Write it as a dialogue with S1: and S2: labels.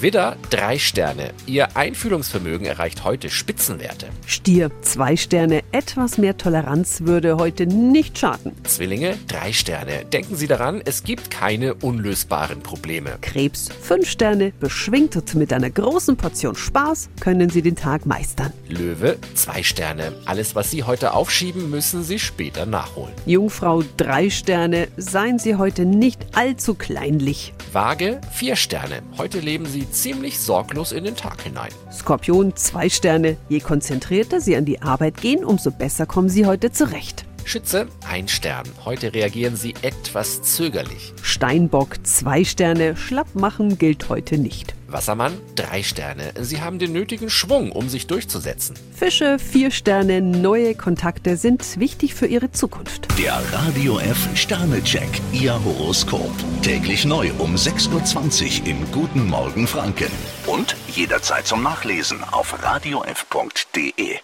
S1: Widder, drei Sterne. Ihr Einfühlungsvermögen erreicht heute Spitzenwerte.
S2: Stier, zwei Sterne, etwas mehr Toleranz würde heute nicht schaden.
S1: Zwillinge, drei Sterne. Denken Sie daran, es gibt keine unlösbaren Probleme.
S2: Krebs, fünf Sterne, beschwingt und mit einer großen Portion Spaß können Sie den Tag meistern.
S1: Löwe, zwei Sterne. Alles, was Sie heute aufschieben, müssen Sie später nachholen.
S2: Jungfrau, drei Sterne, seien Sie heute nicht allzu kleinlich.
S1: Waage, vier Sterne. Heute leben Sie ziemlich sorglos in den Tag hinein.
S2: Skorpion, zwei Sterne, je konzentrierter Sie an die Arbeit gehen, umso besser kommen Sie heute zurecht.
S1: Schütze, ein Stern. Heute reagieren Sie etwas zögerlich.
S2: Steinbock, zwei Sterne, schlapp machen gilt heute nicht.
S1: Wassermann, drei Sterne. Sie haben den nötigen Schwung, um sich durchzusetzen.
S2: Fische, vier Sterne, neue Kontakte sind wichtig für Ihre Zukunft.
S3: Der Radio F Sternecheck, Ihr Horoskop. Täglich neu um 6.20 Uhr im Guten Morgen Franken. Und jederzeit zum Nachlesen auf radiof.de.